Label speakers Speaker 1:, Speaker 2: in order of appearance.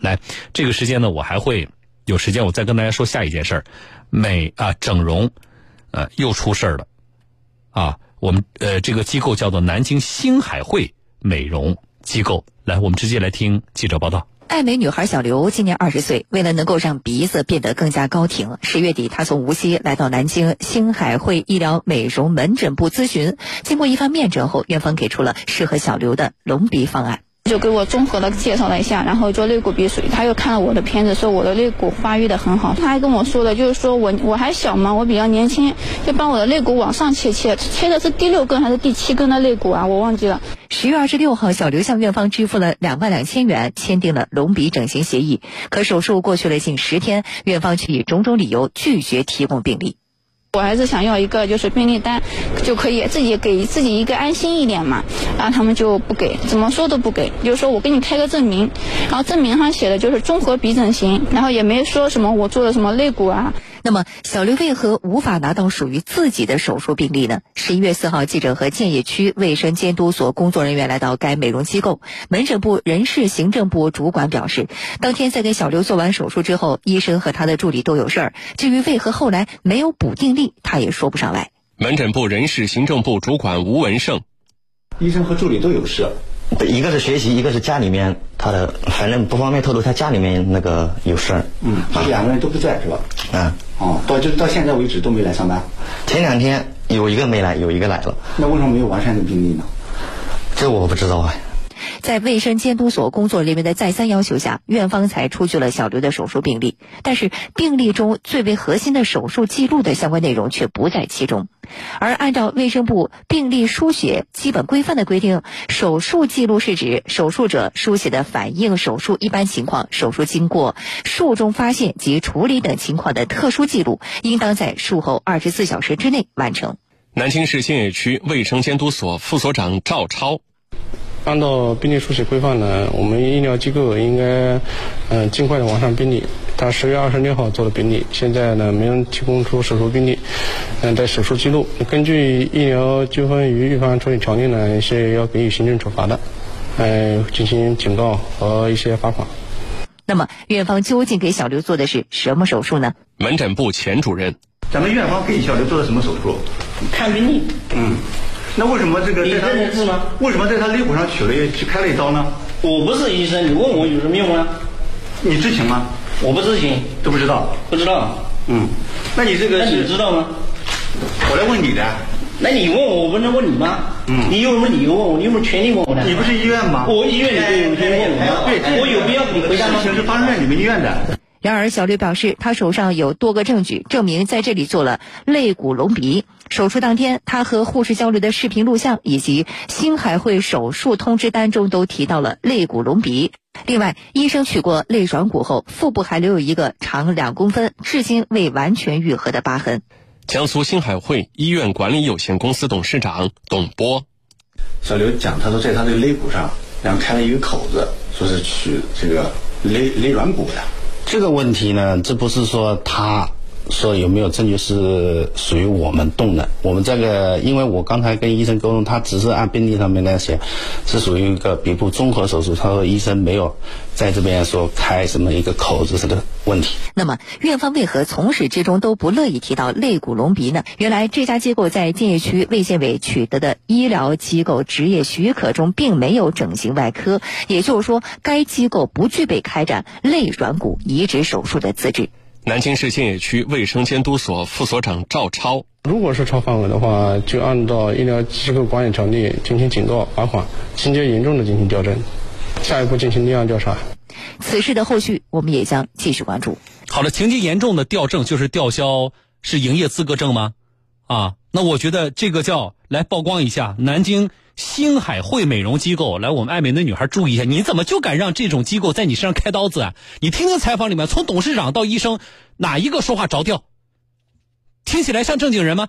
Speaker 1: 来，这个时间呢，我还会有时间，我再跟大家说下一件事儿，美啊整容，呃又出事儿了，啊，我们呃这个机构叫做南京星海汇美容机构，来，我们直接来听记者报道。
Speaker 2: 爱美女孩小刘今年二十岁，为了能够让鼻子变得更加高挺，十月底她从无锡来到南京星海汇医疗美容门诊部咨询。经过一番面诊后，院方给出了适合小刘的隆鼻方案。
Speaker 3: 就给我综合的介绍了一下，然后做肋骨鼻水，他又看了我的片子，说我的肋骨发育的很好。他还跟我说了，就是说我我还小嘛，我比较年轻，就帮我的肋骨往上切切，切的是第六根还是第七根的肋骨啊？我忘记了。
Speaker 2: 十月二十六号，小刘向院方支付了两万两千元，签订了隆鼻整形协议。可手术过去了近十天，院方却以种种理由拒绝提供病历。
Speaker 3: 我还是想要一个就是病历单，就可以自己给自己一个安心一点嘛。然后他们就不给，怎么说都不给，就是说我给你开个证明，然后证明上写的就是综合鼻整形，然后也没说什么我做了什么肋骨啊。
Speaker 2: 那么小刘为何无法拿到属于自己的手术病历呢？十一月四号，记者和建邺区卫生监督所工作人员来到该美容机构，门诊部人事行政部主管表示，当天在给小刘做完手术之后，医生和他的助理都有事儿。至于为何后来没有补定力，他也说不上来。
Speaker 4: 门诊部人事行政部主管吴文胜，
Speaker 5: 医生和助理都有事。
Speaker 6: 对，一个是学习，一个是家里面他的，反正不方便透露他家里面那个有事儿。
Speaker 5: 嗯，这两个人都不在是吧？
Speaker 6: 啊，
Speaker 5: 哦，到就到现在为止都没来上班。
Speaker 6: 前两天有一个没来，有一个来了，
Speaker 5: 那为什么没有完善的病历呢？
Speaker 6: 这我不知道啊。
Speaker 2: 在卫生监督所工作人员的再三要求下，院方才出具了小刘的手术病历，但是病历中最为核心的手术记录的相关内容却不在其中。而按照卫生部病历书写基本规范的规定，手术记录是指手术者书写的反映手术一般情况、手术经过、术中发现及处理等情况的特殊记录，应当在术后二十四小时之内完成。
Speaker 4: 南京市建邺区卫生监督所副所长赵超。
Speaker 7: 按照病例书写规范呢，我们医疗机构应该，嗯、呃，尽快的完善病例。他十月二十六号做的病例，现在呢没人提供出手术病例，嗯、呃，的手术记录。根据《医疗纠纷与预防处理条例》呢，是要给予行政处罚的，嗯、呃，进行警告和一些罚款。
Speaker 2: 那么，院方究竟给小刘做的是什么手术呢？
Speaker 4: 门诊部前主任，
Speaker 5: 咱们院方给小刘做的什么手术？
Speaker 8: 看病历。
Speaker 5: 嗯。那为什么这个在他
Speaker 8: 认字吗？
Speaker 5: 为什么在他肋骨上取了一去开了一刀呢？
Speaker 8: 我不是医生，你问我有什么用啊？
Speaker 5: 你知情吗？
Speaker 8: 我不知情，
Speaker 5: 都不知道。
Speaker 8: 不知道。
Speaker 5: 嗯，那你这个
Speaker 8: 那你知道吗？
Speaker 5: 我来问你的。
Speaker 8: 那你问我，我不能问你吗？
Speaker 5: 嗯。
Speaker 8: 你有什么理由问我？你有什么权利问我呢？
Speaker 5: 你不是医院吗？
Speaker 8: 我医院里有权利问我吗？
Speaker 5: 对，
Speaker 8: 我有必要你回答吗？
Speaker 5: 事情是发生在你们医院的。
Speaker 2: 然而，小刘表示，他手上有多个证据证明在这里做了肋骨隆鼻。手术当天，他和护士交流的视频录像以及星海汇手术通知单中都提到了肋骨隆鼻。另外，医生取过肋软骨后，腹部还留有一个长两公分、至今未完全愈合的疤痕。
Speaker 4: 江苏星海汇医院管理有限公司董事长董波，
Speaker 5: 小刘讲，他说在他的肋骨上，然后开了一个口子，说是取这个肋肋软骨的。
Speaker 6: 这个问题呢，这不是说他说有没有证据是属于我们动的，我们这个，因为我刚才跟医生沟通，他只是按病历上面来写，是属于一个鼻部综合手术，他说医生没有在这边说开什么一个口子的问题。
Speaker 2: 那么，院方为何从始至终都不乐意提到肋骨隆鼻呢？原来这家机构在建邺区卫健委取得的医疗机构执业许可中并没有整形外科，也就是说，该机构不具备开展肋软骨移。移植手术的资质。
Speaker 4: 南京市建邺区卫生监督所副所长赵超，
Speaker 7: 如果是超范围的话，就按照《医疗机构管理条例》进行警告、罚款，情节严重的进行调整，下一步进行立案调查。
Speaker 2: 此事的后续，我们也将继续关注。
Speaker 1: 好了，情节严重的调证就是吊销是营业资格证吗？啊，那我觉得这个叫来曝光一下南京。星海汇美容机构，来，我们爱美的女孩注意一下，你怎么就敢让这种机构在你身上开刀子啊？你听听采访里面，从董事长到医生，哪一个说话着调？听起来像正经人吗？